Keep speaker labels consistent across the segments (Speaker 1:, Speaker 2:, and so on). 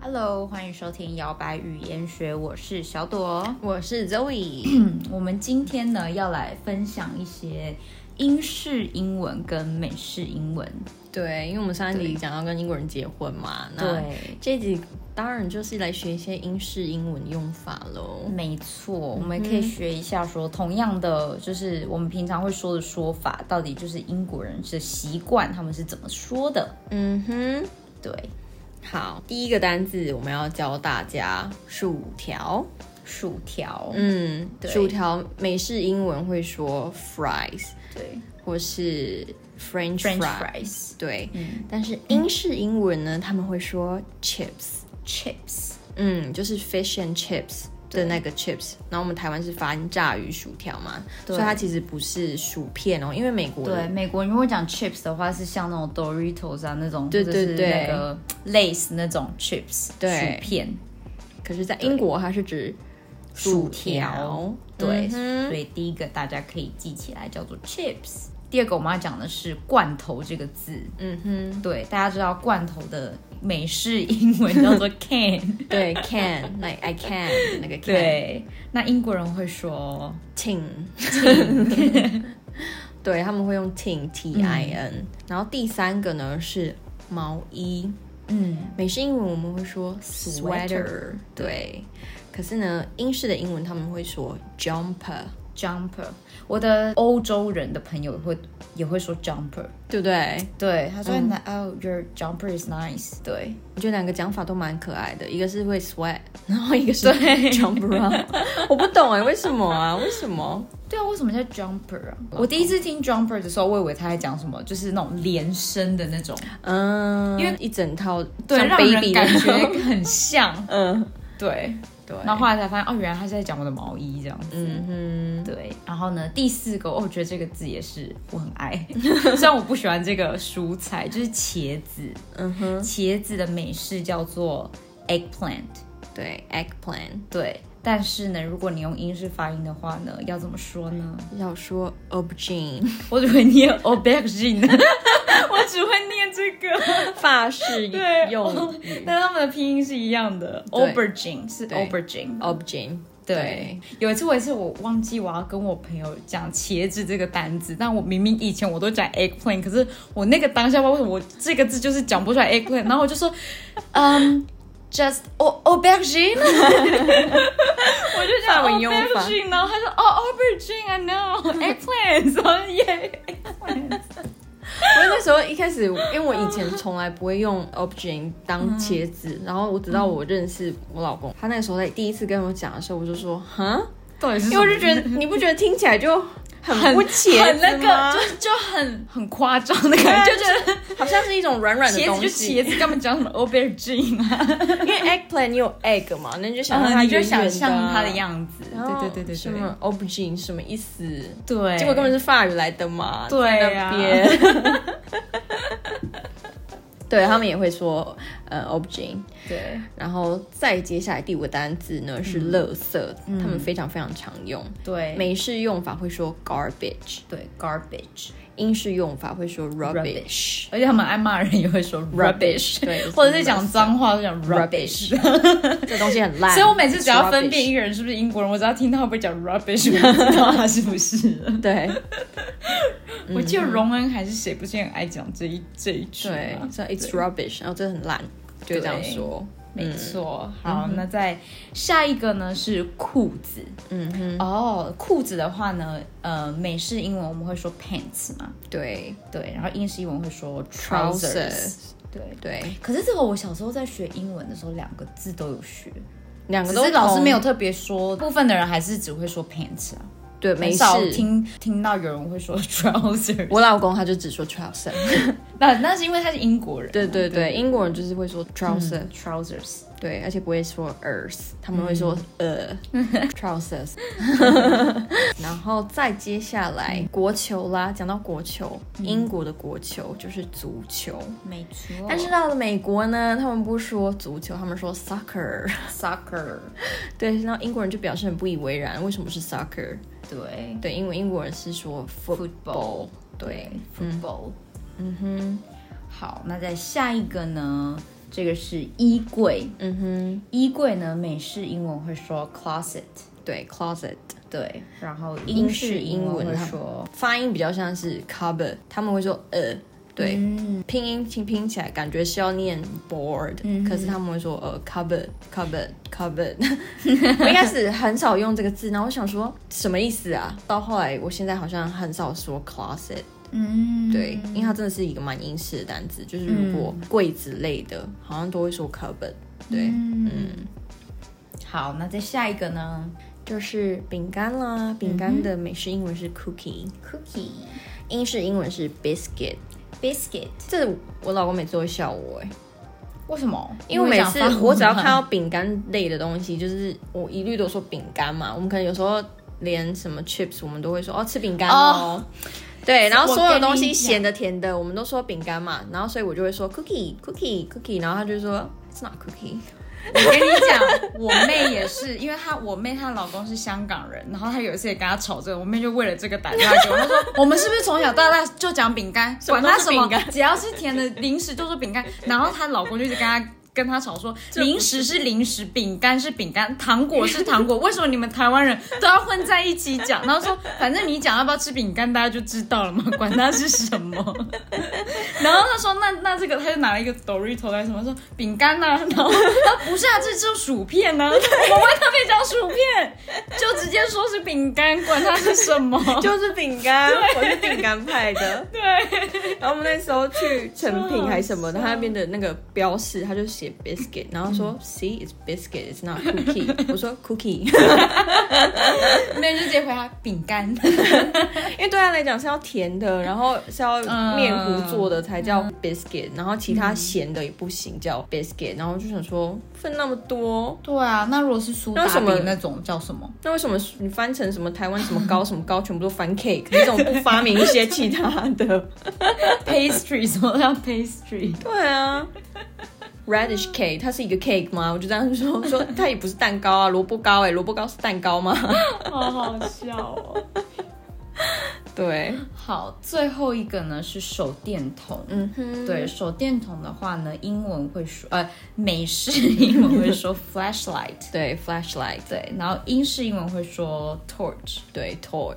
Speaker 1: Hello，欢迎收听摇摆语言学，我是小朵。
Speaker 2: 我是 Zoe，
Speaker 1: 我们今天呢要来分享一些英式英文跟美式英文。
Speaker 2: 对，因为我们上一集讲到跟英国人结婚嘛，那
Speaker 1: 对，
Speaker 2: 这一集当然就是来学一些英式英文用法喽。
Speaker 1: 没错，我们可以学一下说，同样的就是我们平常会说的说法，到底就是英国人的习惯，他们是怎么说的？
Speaker 2: 嗯哼，
Speaker 1: 对，
Speaker 2: 好，第一个单字我们要教大家薯条。
Speaker 1: 薯条，
Speaker 2: 嗯，
Speaker 1: 对
Speaker 2: 薯条美式英文会说 fries
Speaker 1: 对
Speaker 2: 或是 French
Speaker 1: ，French
Speaker 2: fry
Speaker 1: fries、
Speaker 2: 对，
Speaker 1: 嗯
Speaker 2: 但是英式英文呢，他们会说 chips。
Speaker 1: chips，
Speaker 2: 嗯，就是 fish and chips 的那个 chips，然后我们台湾是发音炸鱼薯条嘛，
Speaker 1: 对
Speaker 2: 所以它其实不是薯片哦，因为美国
Speaker 1: 对，美国人如果讲 chips 的话，是像那种 Doritos 啊那种，
Speaker 2: 对
Speaker 1: 或
Speaker 2: 对
Speaker 1: 者是
Speaker 2: 对
Speaker 1: 那个 Lace 那种 chips
Speaker 2: 对
Speaker 1: 薯片，
Speaker 2: 可是在英国它是指
Speaker 1: 薯
Speaker 2: 薯
Speaker 1: 条
Speaker 2: 条，
Speaker 1: 对，
Speaker 2: 嗯
Speaker 1: 所
Speaker 2: 哼
Speaker 1: 以第一个大家可以记起来叫做 chips。第二个我们要讲的是罐头这个字，
Speaker 2: 嗯哼，
Speaker 1: 对，大家知道罐头的美式英文叫 做 can，
Speaker 2: 对，can like I can 的那个 can
Speaker 1: 对，那英国人会说
Speaker 2: tin，对，他们会用 tin t i n，然后第三个呢是毛衣，
Speaker 1: 嗯
Speaker 2: 美式英文我们会说
Speaker 1: Sweater
Speaker 2: sweater，对，可是呢英式的英文他们会说 jumper。
Speaker 1: jumper，我的欧洲人的朋友也会也会说 jumper，
Speaker 2: 对不对？
Speaker 1: 对，他说、哦、oh,，your jumper is nice，对，
Speaker 2: 我觉得两个讲法都蛮可爱的，一个是会 sweat，然 后一个是 jump around。我不懂哎、为什么啊？为什么？
Speaker 1: 对啊，为什么叫 jumper 啊？我第一次听 jumper 的时候，我以为他在讲什么，就是那种连身的那种，
Speaker 2: 嗯，因为一整套
Speaker 1: 对，
Speaker 2: 像
Speaker 1: 让
Speaker 2: baby
Speaker 1: 人
Speaker 2: 的。
Speaker 1: 感觉很 像
Speaker 2: 嗯，
Speaker 1: 对，
Speaker 2: 对。
Speaker 1: 然后后来才发现，哦，原来他是在讲我的毛衣这样子。
Speaker 2: 嗯
Speaker 1: 对，然后呢，第四个，哦我觉得这个字也是我很 爱，虽然我不喜欢这个蔬菜，就是茄子。
Speaker 2: 哼，嗯哼，
Speaker 1: 茄子的美式叫做 eggplant，
Speaker 2: 对，eggplant
Speaker 1: 对。但是呢，如果你用英式发音的话呢，要怎么说呢？
Speaker 2: 要说 aubergine，
Speaker 1: 我只会念 aubergine，我只会念这个。
Speaker 2: 法 式
Speaker 1: 对，
Speaker 2: 用
Speaker 1: 哦但他们的拼音是一样的
Speaker 2: 对
Speaker 1: ，aubergine 是
Speaker 2: 对
Speaker 1: aubergine。
Speaker 2: aubergine，
Speaker 1: 哦对，，有一次我也是我忘记我要跟我朋友讲茄子这个单字，但我明明以前我都讲 eggplant，可是我那个当下不知道为什么我这个字就是讲不出来 eggplant，然后我就说， 嗯、j u s t au aubergine，我就讲
Speaker 2: 法文用法
Speaker 1: aubergine，然后他说哦 aubergine，I know，eggplant，然后耶。
Speaker 2: 我那时候一开始，因为我以前从来不会 用 aubergine 当茄子，
Speaker 1: 嗯
Speaker 2: 然后我直到我认识我老公，他那个时候在第一次跟我讲的时候，我就说，
Speaker 1: 嗯
Speaker 2: 哈，
Speaker 1: 到底是什
Speaker 2: 因为
Speaker 1: 么
Speaker 2: 我就觉得你不觉得听起来就很
Speaker 1: 很
Speaker 2: 不茄子
Speaker 1: 很那
Speaker 2: 吗
Speaker 1: 个，就就很很夸张的感觉，就觉得
Speaker 2: 好像是一种软软 的
Speaker 1: 茄
Speaker 2: 东
Speaker 1: 子就
Speaker 2: 西。
Speaker 1: 茄子，干嘛讲什么 aubergine 啊？
Speaker 2: 因为 eggplant 你有 egg 嘛，那你就想
Speaker 1: 然
Speaker 2: 让
Speaker 1: 后嗯你
Speaker 2: 它
Speaker 1: 啊就
Speaker 2: 圆圆
Speaker 1: 想
Speaker 2: 的啊
Speaker 1: 象它的
Speaker 2: 子。
Speaker 1: 样子，
Speaker 2: 然后
Speaker 1: 对对对
Speaker 2: 什
Speaker 1: 对
Speaker 2: 么 aubergine 什么意思？
Speaker 1: 对，对，
Speaker 2: 结果根本是法语来的嘛，
Speaker 1: 对啊
Speaker 2: 在
Speaker 1: 呀
Speaker 2: 那 边。对他们也会说呃 aubergine，
Speaker 1: 对
Speaker 2: 然后再接下来第五个单字呢是垃圾，他们非常非常常用。
Speaker 1: 嗯对
Speaker 2: 美式用法会说 garbage，
Speaker 1: 对 garbage，
Speaker 2: 英式用法会说 rubbish
Speaker 1: 而且他们爱骂人也会 说 rubbish，
Speaker 2: 对
Speaker 1: 或者是讲脏话就讲 rubbish，
Speaker 2: 这东西很烂。
Speaker 1: 所以我每次只要分
Speaker 2: It's
Speaker 1: 辨一个人是不是英国人，我只要听到他会不会讲 rubbish，我 就知道他是不是了。
Speaker 2: rubbish，对嗯
Speaker 1: 我记得荣恩还是谁，不是也很爱讲这一这一句啊
Speaker 2: 对嗯
Speaker 1: 吗，？
Speaker 2: 所以 it's rubbish，然后这很烂，就会这样说。
Speaker 1: 没错，好，那再下一个呢是裤子。
Speaker 2: 嗯哼，
Speaker 1: 哦，裤子的话呢，呃，美式英文我们会说 pants 嘛，
Speaker 2: 对
Speaker 1: 对，然后英式英文会说 trousers，
Speaker 2: ，trousers，
Speaker 1: 对。
Speaker 2: 对，
Speaker 1: 可是这个我小时候在学英文的时候，两个字都有学，
Speaker 2: 两个
Speaker 1: 可
Speaker 2: 都
Speaker 1: 是老师
Speaker 2: 同
Speaker 1: 没有特别说，部分的人还是只会说 pants 啊，
Speaker 2: 对，没
Speaker 1: 很
Speaker 2: 事。
Speaker 1: 少听听到有人会说 trousers。
Speaker 2: 我老公他就只说 trouser，
Speaker 1: 那那是因为他是英国人啊，
Speaker 2: 对对对，英国人就是会说 trouser，
Speaker 1: 嗯，trousers。
Speaker 2: 对，而且不会说 earth，他们会说呃 trousers。然后再接下来嗯国球啦，讲到国球，英国的国球就是足球，
Speaker 1: 没错，
Speaker 2: 但是到了美国呢，他们不说足球，他们说 soccer。
Speaker 1: soccer，
Speaker 2: 对，然后英国人就表示很不以为然，为什么是 soccer？
Speaker 1: 对
Speaker 2: 对，因为英国人是说 football。对，嗯
Speaker 1: ，football，嗯哼，好，那在下一个呢这个是衣柜，
Speaker 2: 嗯哼，
Speaker 1: 衣柜呢美式英文会说 closet，
Speaker 2: 对，closet
Speaker 1: 对，然后
Speaker 2: 英
Speaker 1: 英
Speaker 2: 式
Speaker 1: 式
Speaker 2: 英
Speaker 1: 英
Speaker 2: 文
Speaker 1: 文会
Speaker 2: 它
Speaker 1: 说
Speaker 2: 发音比较像是 cupboard，他们会说呃，对，
Speaker 1: 嗯
Speaker 2: 拼音拼拼起来感觉是要念 board，、可是他们会说呃 cupboard cupboard cupboard，我 一开始很少用这个字，然后我想说什么意思啊？到后来我现在好像很少说 closet。
Speaker 1: 嗯，
Speaker 2: 对，因为它真的是一个蛮英式的单词，就是如果柜子类的，好像都会说 cupboard。对，
Speaker 1: 嗯，好，那再下一个呢
Speaker 2: 就是饼干啦，饼干的美式英文是 cookie，、
Speaker 1: ？Cookie
Speaker 2: 英式英文是 biscuit。
Speaker 1: biscuit，
Speaker 2: 这我老公每次都会笑我哎，
Speaker 1: 为什么？
Speaker 2: 因为每
Speaker 1: 想
Speaker 2: 次
Speaker 1: 放
Speaker 2: 我只要看到饼干类的东西，就是我一律都说饼干嘛。我们可能有时候连什么 chips 我们都会说哦吃饼干哦。对，然后所有东
Speaker 1: 我跟
Speaker 2: 西
Speaker 1: 你讲
Speaker 2: 咸的甜的，我们都说饼干嘛，然后所以我就会说 cookie cookie cookie，然后他就说 it's not cookie，
Speaker 1: 我跟你讲，我妹也是，因为她我妹她老公是香港人，然后她有一次也跟她吵这个，我妹就为了这个打电话给我，她说我们是不是从小到大就讲饼干，
Speaker 2: 什么
Speaker 1: 管
Speaker 2: 都
Speaker 1: 它
Speaker 2: 是
Speaker 1: 什么
Speaker 2: 饼，干
Speaker 1: 只要是甜的零食就是饼干，然后她老公就一直跟她。跟她吵 说，零食是零食，饼干是饼干，糖果是糖果，为什么你们台湾人都要混在一起讲？然后说，反正你讲要不要吃饼干，大家就知道了嘛，管它是什么。 然后他说那那这个，他就拿了一个 Dorito 来什么说饼干呐、 然后他不是啊，这就薯片呐、我们为他没讲薯片，就直接说是饼干，管它是什么。
Speaker 2: 就是饼干，我是饼干派的。
Speaker 1: 对，
Speaker 2: 然后我们那时候去成品还是什么的，
Speaker 1: 超
Speaker 2: 他
Speaker 1: 好笑
Speaker 2: 那边的那个标示，他就写 biscuit，然后 说 see is biscuit, it's not cookie。我说 cookie，
Speaker 1: 没有就直接回他饼干。
Speaker 2: 因为对他来讲是要甜的，然后是要面糊做的才叫 biscuit，然后其他咸的也不行叫 biscuit。然后我就想说份那么多，
Speaker 1: 对啊，那如果是苏打
Speaker 2: 那什么
Speaker 1: 饼那种叫什么？
Speaker 2: 那为什么你翻成什么台湾什么糕什么糕，全部都翻 cake？你怎么不发明一些其他的？
Speaker 1: pastry 什么叫 pastry？
Speaker 2: 对啊，radish cake，它是一个 cake 吗？我就这样说，说它也不是蛋糕啊，萝卜糕哎、萝卜糕是蛋糕吗？
Speaker 1: 好好笑哦。
Speaker 2: 对，
Speaker 1: 好，最后一个呢是手电筒。
Speaker 2: 嗯哼，
Speaker 1: 对手电筒的话呢，英文会说呃，美式英文会说 flashlight。
Speaker 2: 对，flashlight，
Speaker 1: 对，然后英式英文会说 torch，
Speaker 2: 对，torch，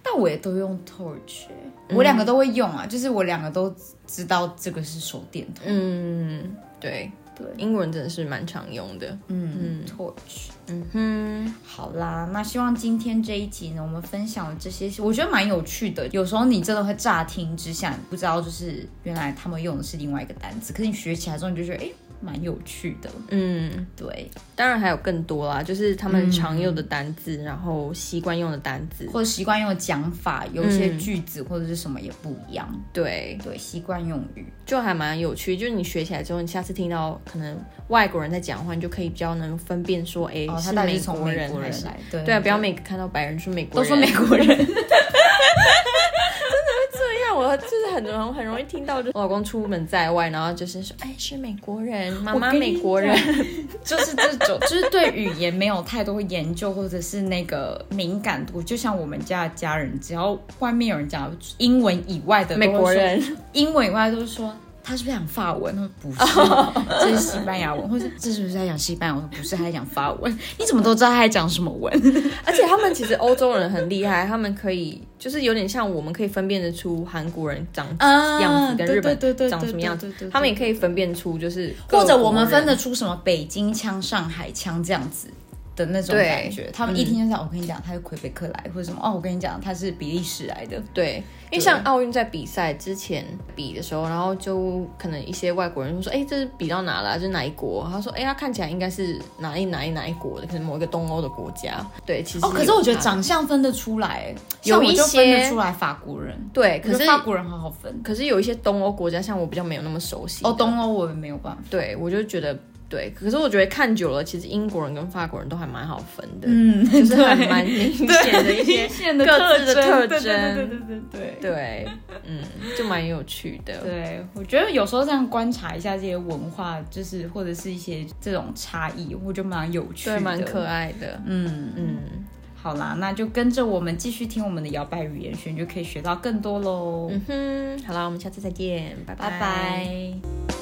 Speaker 1: 但我也都用 torch，、欸我两个都会用啊，就是我两个都知道这个是手电筒，
Speaker 2: 嗯，对，
Speaker 1: 对，
Speaker 2: 英文真的是蛮常用的。
Speaker 1: 嗯，torch。
Speaker 2: 嗯
Speaker 1: 好啦，那希望今天这一集呢，我们分享了这些，我觉得蛮有趣的。有时候你真的会乍听之下，你不知道就是原来他们用的是另外一个单词，可是你学起来之后，你就觉得哎，蛮有趣的。
Speaker 2: 嗯，
Speaker 1: 对，
Speaker 2: 当然还有更多啦，就是他们常用的单字，
Speaker 1: 嗯
Speaker 2: 然后习惯用的单字，
Speaker 1: 或者习惯用的讲法，有一些句子或者是什么也不一样。
Speaker 2: 对，
Speaker 1: 对，习惯用语。
Speaker 2: 就还蛮有趣。就是你学起来之后，你下次听到可能外国人在讲话，你就可以比较能分辨说，哎、
Speaker 1: 哦，
Speaker 2: 是
Speaker 1: 他到底
Speaker 2: 美
Speaker 1: 是从
Speaker 2: 国
Speaker 1: 美
Speaker 2: 人
Speaker 1: 国
Speaker 2: 还
Speaker 1: 人
Speaker 2: 是
Speaker 1: 来？对
Speaker 2: 对啊，不要每个看到白人说美
Speaker 1: 都
Speaker 2: 国人，
Speaker 1: 说美国人。
Speaker 2: 对呀，我就是很容很容易听到，就是我老公出门在外，然后就是说，哎，是美国人，妈妈
Speaker 1: 我跟你
Speaker 2: 美国人，
Speaker 1: 就是这种，就是对语言没有太多研究或者是那个敏感度。就像我们家的家人，只要外面有人讲英文以外的
Speaker 2: 美国，
Speaker 1: 都会
Speaker 2: 人，
Speaker 1: 说英文以外都是说。他是不是讲法文？他说不是，这是西班牙文，或者这是不是在讲西班牙文？我说不是，他在讲法文。你怎么都知道他在讲什么文？
Speaker 2: 而且他们其实欧洲人很厉害，他们可以就是有点像我们可以分辨得出韩国人长
Speaker 1: 啊
Speaker 2: 样子跟
Speaker 1: 对
Speaker 2: 日本
Speaker 1: 对对对
Speaker 2: 长什么样子
Speaker 1: 对对对对，对
Speaker 2: 他们也可以分辨出就是各
Speaker 1: 或者我们
Speaker 2: 国人
Speaker 1: 分得出什么北京腔、上海腔这样子的那种
Speaker 2: 对
Speaker 1: 感觉？他们一听就知道，哦我跟你讲，他是魁北克来，或者什么哦，我跟你讲，他是比利时来的。
Speaker 2: 对，因为像奥运在比赛之前比的时候，然后就可能一些外国人就说：“哎、这是比到哪了、这是哪一国？”他说：“哎、他看起来应该是哪一哪一哪一国的，可能某一个东欧的国家。”对，其实
Speaker 1: 哦，可是我觉得
Speaker 2: 有差
Speaker 1: 长相分得出来，
Speaker 2: 有
Speaker 1: 像我就分
Speaker 2: 一些
Speaker 1: 得出来法国人，
Speaker 2: 对，
Speaker 1: 我
Speaker 2: 可
Speaker 1: 觉得
Speaker 2: 是
Speaker 1: 法国人好好分。
Speaker 2: 可是有一些东欧国家，像我比较没有那么熟悉。
Speaker 1: 哦，，东欧我也没有 办法。
Speaker 2: 对我就觉得对，可是我觉得看久了，其实英国人跟法国人都还蛮好分的，
Speaker 1: 嗯，
Speaker 2: 就是还蛮明显的一些
Speaker 1: 明显的
Speaker 2: 各自
Speaker 1: 特征，对
Speaker 2: 的特
Speaker 1: 对对
Speaker 2: 征
Speaker 1: 对对对对。
Speaker 2: 对，嗯，就蛮有趣的。
Speaker 1: 对，我觉得有时候这样观察一下这些文化，就是或者是一些这种差异，我觉得蛮有趣的，
Speaker 2: 对，蛮可。爱的。
Speaker 1: 嗯，
Speaker 2: 嗯
Speaker 1: 好啦，那就跟着我们继续听我们的摇摆语言学，你就可以学到更多喽。
Speaker 2: 嗯嗯哼，好啦，我们下次再见，拜
Speaker 1: 拜拜。